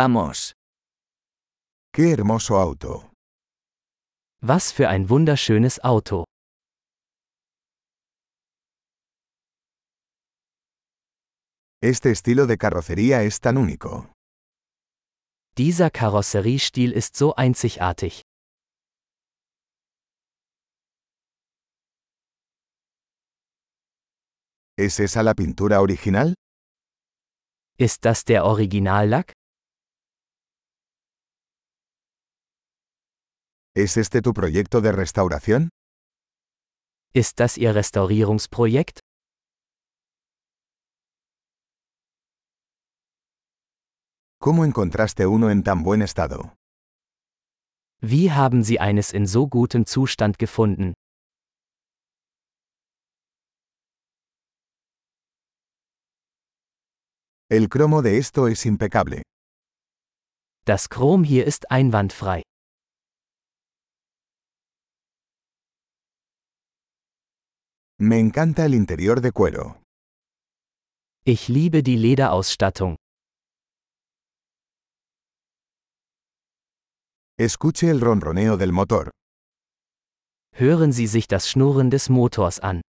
Vamos. Qué hermoso auto. Was für ein wunderschönes Auto. Este estilo de carrocería es tan único. Dieser Karosseriestil ist so einzigartig. ¿Es esa la pintura original? Ist das der Originallack? ¿Es este tu proyecto de restauración? Ist das Ihr Restaurierungsprojekt? ¿Cómo encontraste uno en tan buen estado? Wie haben Sie eines in so gutem Zustand gefunden? El cromo de esto es impecable. Das Chrom hier ist einwandfrei. Me encanta el interior de cuero. Ich liebe die Lederausstattung. Escuche el ronroneo del motor. Hören Sie sich das Schnurren des Motors an.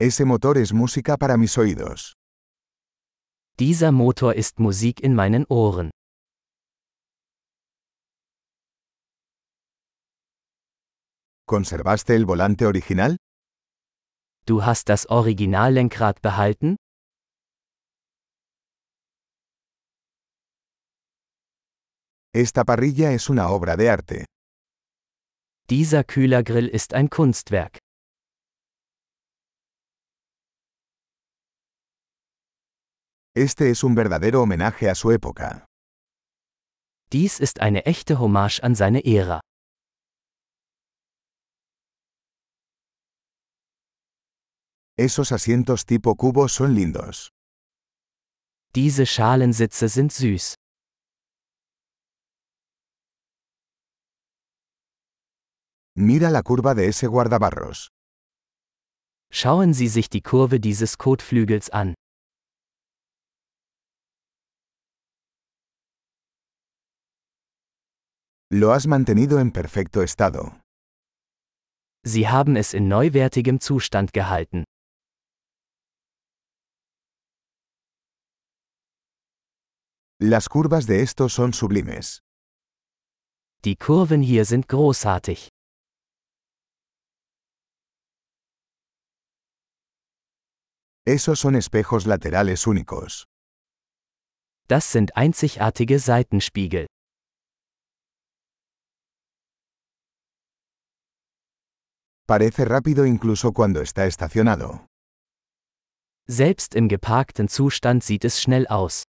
Ese motor es música para mis oídos. Dieser Motor ist Musik in meinen Ohren. ¿Conservaste el volante original? Du hast das Originallenkrad behalten? Esta parrilla es una obra de arte. Dieser Kühlergrill ist ein Kunstwerk. Este es un verdadero homenaje a su época. Dies ist eine echte Hommage an seine Ära. Esos asientos tipo cubo son lindos. Diese Schalensitze sind süß. Mira la curva de ese guardabarros. Schauen Sie sich die Kurve dieses Kotflügels an. Lo has mantenido en perfecto estado. Sie haben es in neuwertigem Zustand gehalten. Las curvas de estos son sublimes. Die Kurven hier sind großartig. Esos son espejos laterales únicos. Das sind einzigartige Seitenspiegel. Parece rápido incluso cuando está estacionado. Selbst im geparkten Zustand sieht es schnell aus.